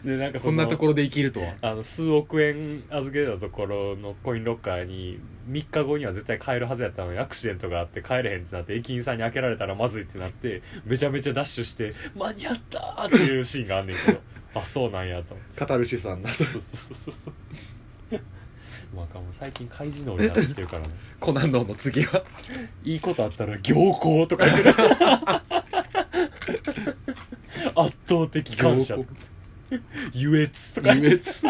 S1: でなんかそ
S2: こんなとこ
S1: ろ
S2: ろで生きるとは
S1: あの数億円預けたところのコインロッカーに3日後には絶対買えるはずやったのにアクシデントがあって帰れへんってなって駅員さんに開けられたらまずいってなってめちゃめちゃダッシュして間に合ったーっていうシーンがあんねんけどあそうなんやと思って
S2: カタルシスなん
S1: [LAUGHS]
S2: だ
S1: そうそうそうそうまあもう最近開示能になってきてるからね
S2: コナンのの次は
S1: [LAUGHS]
S2: い
S1: いことあったら行幸とか言ってる [LAUGHS] 圧倒的感謝
S2: 行
S1: 優越とか言って
S2: 優
S1: る
S2: 越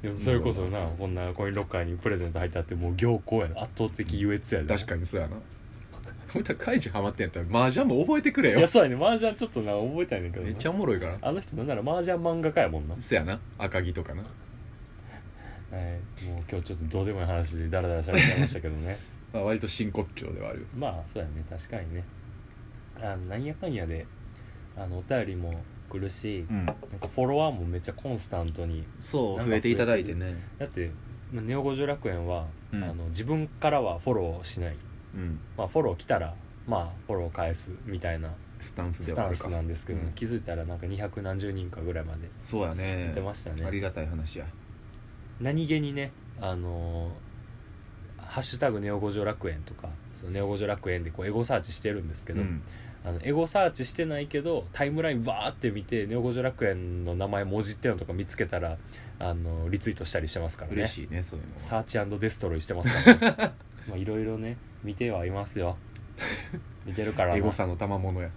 S1: でもそれこそなこんなコインロッカーにプレゼント入ったってもう行幸やろ圧倒的優越やで
S2: 確かにそうやなほんとカイジハマってんやったら麻雀も覚えてくれ
S1: い
S2: よ
S1: やそうやね麻雀ちょっとな覚えたいねんけどな
S2: めっちゃおもろいから
S1: あの人なんなら麻雀漫画家やもんな
S2: そやな赤城とかな
S1: はい、もう今日ちょっとどうでもいい話でダラダラしゃべっちゃいましたけどね [LAUGHS]
S2: まあ、割と真骨頂ではあるよ
S1: まあそうやね確かにねあのなんやかんやであのお便りも来るし、
S2: うん
S1: なんかフォロワーもめっちゃコンスタントに
S2: そう
S1: なんか
S2: 増えていただいてね
S1: だってまあネオ五条楽園は、
S2: うん
S1: あの自分からはフォローしない、
S2: うん
S1: まあ、フォロー来たらまあフォロー返すみたいな
S2: スタンスで
S1: ス
S2: は
S1: タ
S2: あ
S1: ン
S2: る
S1: ス
S2: か
S1: なんですけど、
S2: うん
S1: 気づいたらなんか二百何十人かぐらいまで
S2: そうやね
S1: 出ましたね、
S2: ありがたい話や
S1: 何気にねあのーハッシュタグネオ五条楽園」とか「そのネオ五条楽園」でこうエゴサーチしてるんですけ
S2: け
S1: ど、
S2: うん、
S1: あのエゴサーチしてないけどタイムラインバーって見て「ネオ五条楽園」の名前文字ってるのとか見つけたらあのリツイートしたりしてますからね
S2: 嬉しいねそういうのは
S1: サーチデストロイしてますから、ね、 [LAUGHS] まあいろいろね見てはいますよ見てるから
S2: エ
S1: な
S2: [LAUGHS] ゴサの賜物や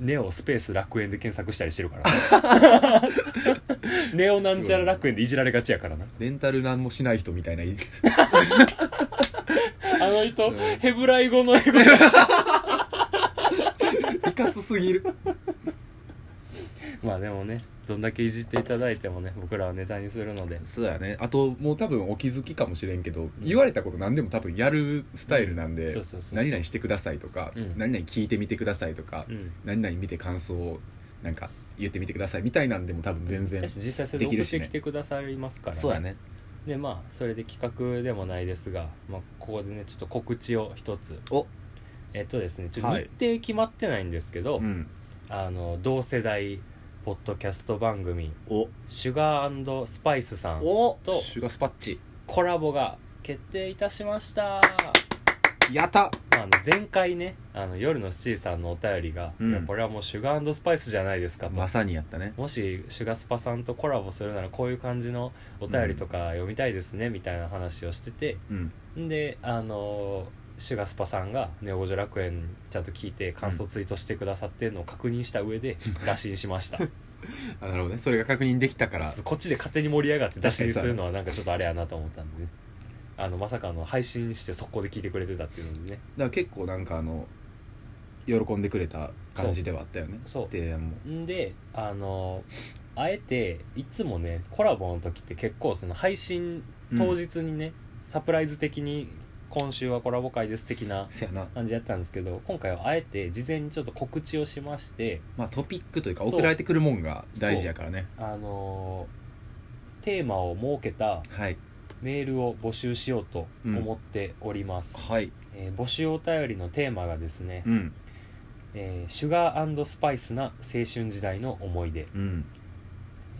S1: ネオスペース楽園で検索したりしてるから [LAUGHS] ネオなんちゃら楽園でいじられがちやからな
S2: レンタル何もしない人みたい [LAUGHS] な
S1: あの人、
S2: うん
S1: ヘブライ語の英語だ
S2: いかつすぎる
S1: [LAUGHS] まあでもねどんだけいじっていただいてもね僕らはネタにするので
S2: そうやねあともう多分お気づきかもしれんけど、言われたこと何でも多分やるスタイルなんで、
S1: そうそうそう
S2: 何々してくださいとか、
S1: うん
S2: 何々聞いてみてくださいとか、
S1: うん
S2: 何々見て感想をなんか言ってみてくださいみたいなんでも多分全然、
S1: だし実際それで
S2: でき
S1: 送
S2: る
S1: っ
S2: しね
S1: てきてくださいますから、
S2: ね
S1: でまあそれで企画でもないですが、まあ、ここでねちょっと告知を一つ
S2: お
S1: えっとですねちょっと
S2: はい
S1: 日程決まってないんですけど、
S2: うん
S1: あの同世代ポッドキャスト番組
S2: お
S1: 「シュガースパイスさん
S2: お
S1: と
S2: シュガースパッチ
S1: コラボが決定いたしました、
S2: やった
S1: まあ、あの前回ねあの夜の七時さんのお便りが、
S2: うん
S1: いやこれはもうシュガースパイスじゃないですかと、
S2: まさにやったね
S1: もしシュガスパさんとコラボするならこういう感じのお便りとか読みたいですね、みたいな話をしてて
S2: うん
S1: んであのシュガスパさんが「ネオ五条楽園」ちゃんと聞いて感想ツイートしてくださってるのを確認した
S2: [LAUGHS]
S1: 上で打診しました
S2: あなるほどねそれが確認できたから
S1: こっちで勝手に盛り上がって出しにするのはなんかちょっとあれやなと思ったんでねあのまさかあの配信して速攻で聞いてくれてたっていうのでね
S2: だから結構なんかあの喜んでくれた感じではあったよね
S1: そう
S2: でもうん
S1: であのあえていつもねコラボの時って結構その配信当日にね、サプライズ的に今週はコラボ会です的な
S2: せやな
S1: 感じだったんですけど今回はあえて事前にちょっと告知をしまして
S2: まあトピックというか
S1: そう
S2: 送られてくるもんが大事やからね
S1: あのテーマを設けた
S2: はい
S1: メールを募集しようと思っております、
S2: はい
S1: えー募集お便りのテーマがですね
S2: う、ん
S1: えーシュガースパイスな青春時代の思い出、
S2: うん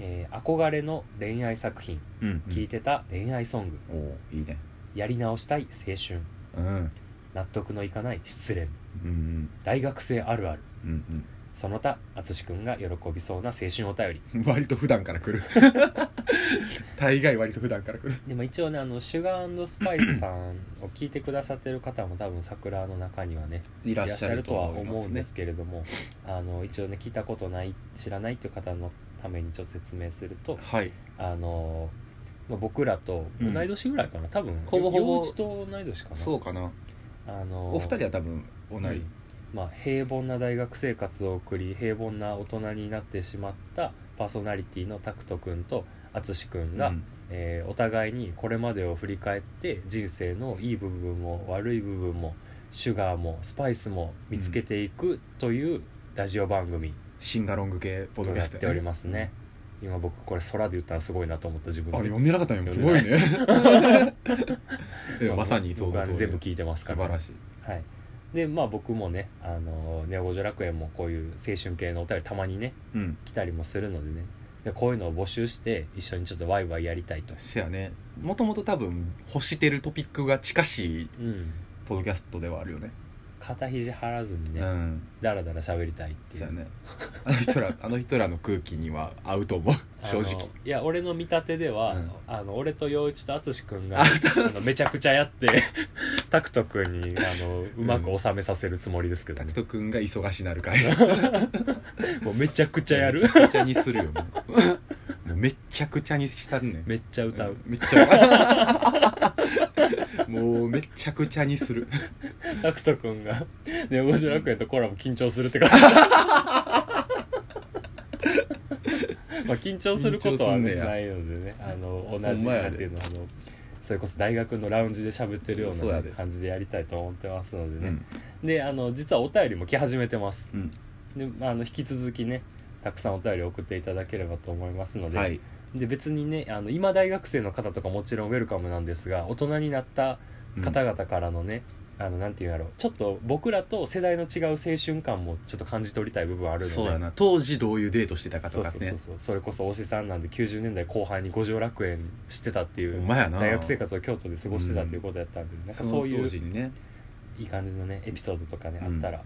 S1: えー憧れの恋愛作品
S2: うん
S1: 聴いてた恋愛ソング、
S2: おおーいいね
S1: やり直したい青春
S2: うん
S1: 納得のいかない失恋
S2: うん
S1: 大学生あるある
S2: うん
S1: その他淳君が喜びそうな青春お便り
S2: うん [LAUGHS] 割と普段から
S1: [LAUGHS]
S2: 来る大概割と普段から来る
S1: でも一応ねあのシュガースパイスさんを聞いてくださってる方も多分桜の中にはね
S2: い
S1: いらっしゃるとは思うんで
S2: ね
S1: すけれども、あの一応ね聞いたことない知らないっていう方のためにちょっと説明すると
S2: はい
S1: あの、まあ、僕らと同い年ぐらいかな、多分
S2: ほぼほぼ
S1: 陽一と同い年かな
S2: そうかな
S1: あの
S2: お二人は多分同
S1: はいいまあ、平凡な大学生活を送り平凡な大人になってしまったパーソナリティの拓人君と淳君が、
S2: うん
S1: えーお互いにこれまでを振り返って人生のいい部分も悪い部分もシュガーもスパイスも見つけていくというラジオ番組
S2: シンガロング系ポッド
S1: を
S2: キャ
S1: やっ
S2: スト
S1: ておりますね、今僕これ空で言ったらすごいなと思った自分
S2: あ
S1: で
S2: 読んでなかったんやすごいね
S1: [LAUGHS]
S2: えまさにそう
S1: 僕は
S2: だ
S1: ね全部聞いてますか
S2: 素
S1: ら
S2: 晴らしい
S1: はい、でまあ僕もね「あのネオ五条楽園」もこういう青春系のお便りたまにね
S2: うん
S1: 来たりもするのでねでこういうのを募集して一緒にちょっとワイワイやりたいと、
S2: せやねもともと多分欲してるトピックが近しい
S1: うん、
S2: ポッドキャストではあるよね
S1: 肩肘張らずに
S2: う
S1: ね
S2: ん
S1: ダラダラ喋りたいってい
S2: せや
S1: う、
S2: ねあの
S1: [LAUGHS]
S2: 人らあの人らの空気には合うと思う
S1: あ
S2: 正
S1: の
S2: 直
S1: いや俺の見立てでは、
S2: うん
S1: あの俺と陽一と淳君が
S2: あ
S1: あ
S2: そう
S1: のめちゃくちゃやって拓人君にあのうまく収めさせるつもりですけど
S2: 拓
S1: ね、
S2: 人君が忙しな
S1: [LAUGHS]
S2: るから
S1: もうめちゃくちゃやる
S2: めちゃくちゃにするよもうもうめっちゃくちゃにしたるね
S1: めっちゃ歌う、
S2: めっちゃ [LAUGHS] もうめっちゃくちゃにする
S1: タクト君が「ネオ五条楽園」とコラボ緊張するって感まあ緊張することは、ね、
S2: 緊張すんねや
S1: ないのでねあの
S2: ほんま
S1: 同
S2: や
S1: じな
S2: で
S1: んていうのあのそれこそ大学のラウンジで喋ってるよう
S2: そう
S1: な
S2: や
S1: ね
S2: で
S1: 感じでやりたいと思ってますので
S2: う
S1: ね
S2: ん、
S1: であの実はお便りも来始めてます
S2: うん
S1: であの引き続きねたくさんお便り送っていただければと思いますので,、
S2: はい
S1: で別にねあの今大学生の方とかもちろんウェルカムなんですが大人になった方々からのね、あのなんていうんやろうちょっと僕らと世代の違う青春感もちょっと感じ取りたい部分あるので
S2: そうやな当時どういうデートしてたかとか
S1: そうそうそ
S2: ね
S1: うそうそれこそおしさんなんで90年代後半に五条楽園知ってたってい
S2: ほ
S1: うん
S2: まやな
S1: 大学生活を京都で過ごしてたっていうことやったんで、なんかそう
S2: その
S1: い
S2: 当
S1: う
S2: 時にね
S1: いい感じのねエピソードとかね、
S2: うん
S1: あったら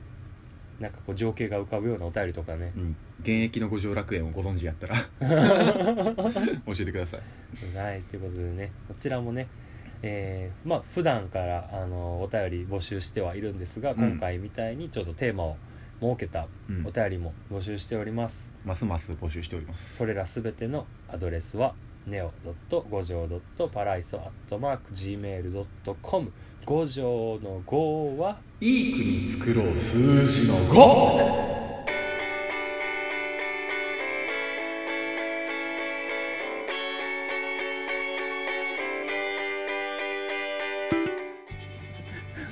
S1: なんかこう情景が浮かぶようなお便りとかね
S2: うん現役の五条楽園をご存知や [LAUGHS] ったら教えてください
S1: はいということでねこちらもねえーまあ普段からあのお便り募集してはいるんですが、
S2: うん
S1: 今回みたいにちょっとテーマを設けた
S2: うん
S1: お便りも募集しております、
S2: ますます募集しております
S1: それらすべてのアドレスは neo.5条.paraiso.gmail.com 五条の5はい
S2: い国作ろう数字の 5!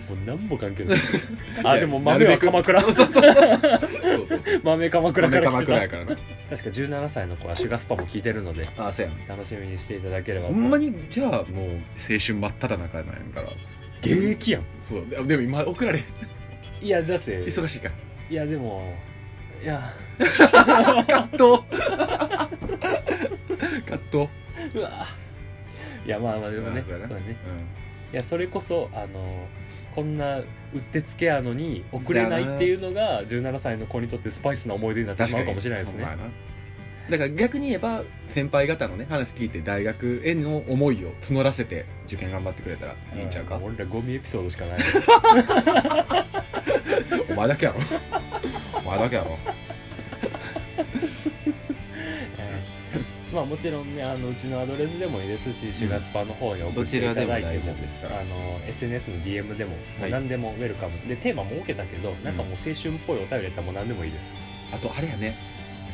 S1: もう何も関係ないあ
S2: [LAUGHS] いや
S1: でも豆は鎌倉 [LAUGHS]
S2: そうそうそうそうそうそう
S1: 豆鎌倉から
S2: 鎌
S1: 来て
S2: 倉
S1: た
S2: やからな
S1: 確か17歳の子はシュガスパも聞いてるので
S2: あそうやん
S1: 楽しみにしていただければ
S2: ほんまにじゃあもう青春真っ只中なんやから
S1: 現役やん
S2: そうででも今送られへん
S1: いやだって
S2: 忙しいから
S1: いやでもいや
S2: 葛藤葛藤
S1: うわいやまあまあでもね
S2: まあ
S1: そうだね
S2: うん
S1: いやそれこそあのこんなうってつけやのに送れないっていうのが17歳の子にとってスパイスな思い出になってしまうかもしれないです
S2: ほん
S1: ね
S2: まやなだから逆に言えば先輩方のね話聞いて大学への思いを募らせて受験頑張ってくれたらいいんちゃうか、
S1: 俺らゴミエピソードしかない [LAUGHS]
S2: お前だけやろお前だけやろ
S1: えーまあもちろんねあのうちのアドレスでもいいですし、シュガースパの方に送っていただいて
S2: どちらでも大丈
S1: も
S2: 夫ですから
S1: あの SNS の DM でも、も
S2: は
S1: う
S2: い
S1: 何でもウェルカムでテーマも受けたけど、なんかもう青春っぽいお便りやったらもう何でもいいです
S2: あとあれやね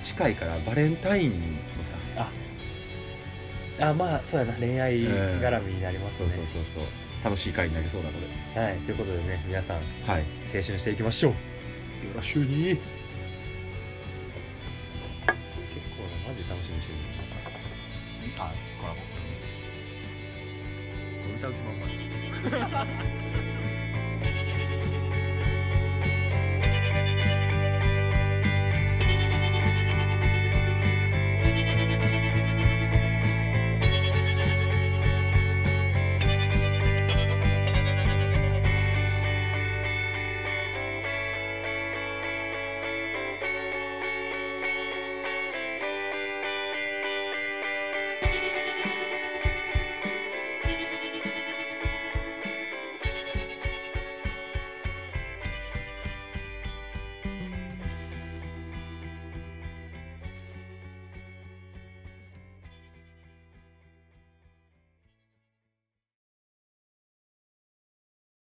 S2: 近いからバレンタインのさ
S1: あまあそうやな恋愛絡みになります
S2: そうそうそう
S1: ね、
S2: そう楽しい回になりそうなので
S1: はいということでね皆さん
S2: はいよ
S1: 青春していきましょう
S2: ろしゅうに
S1: 結構なマジで楽しみにしてる
S2: あコラボ
S1: 歌う気満々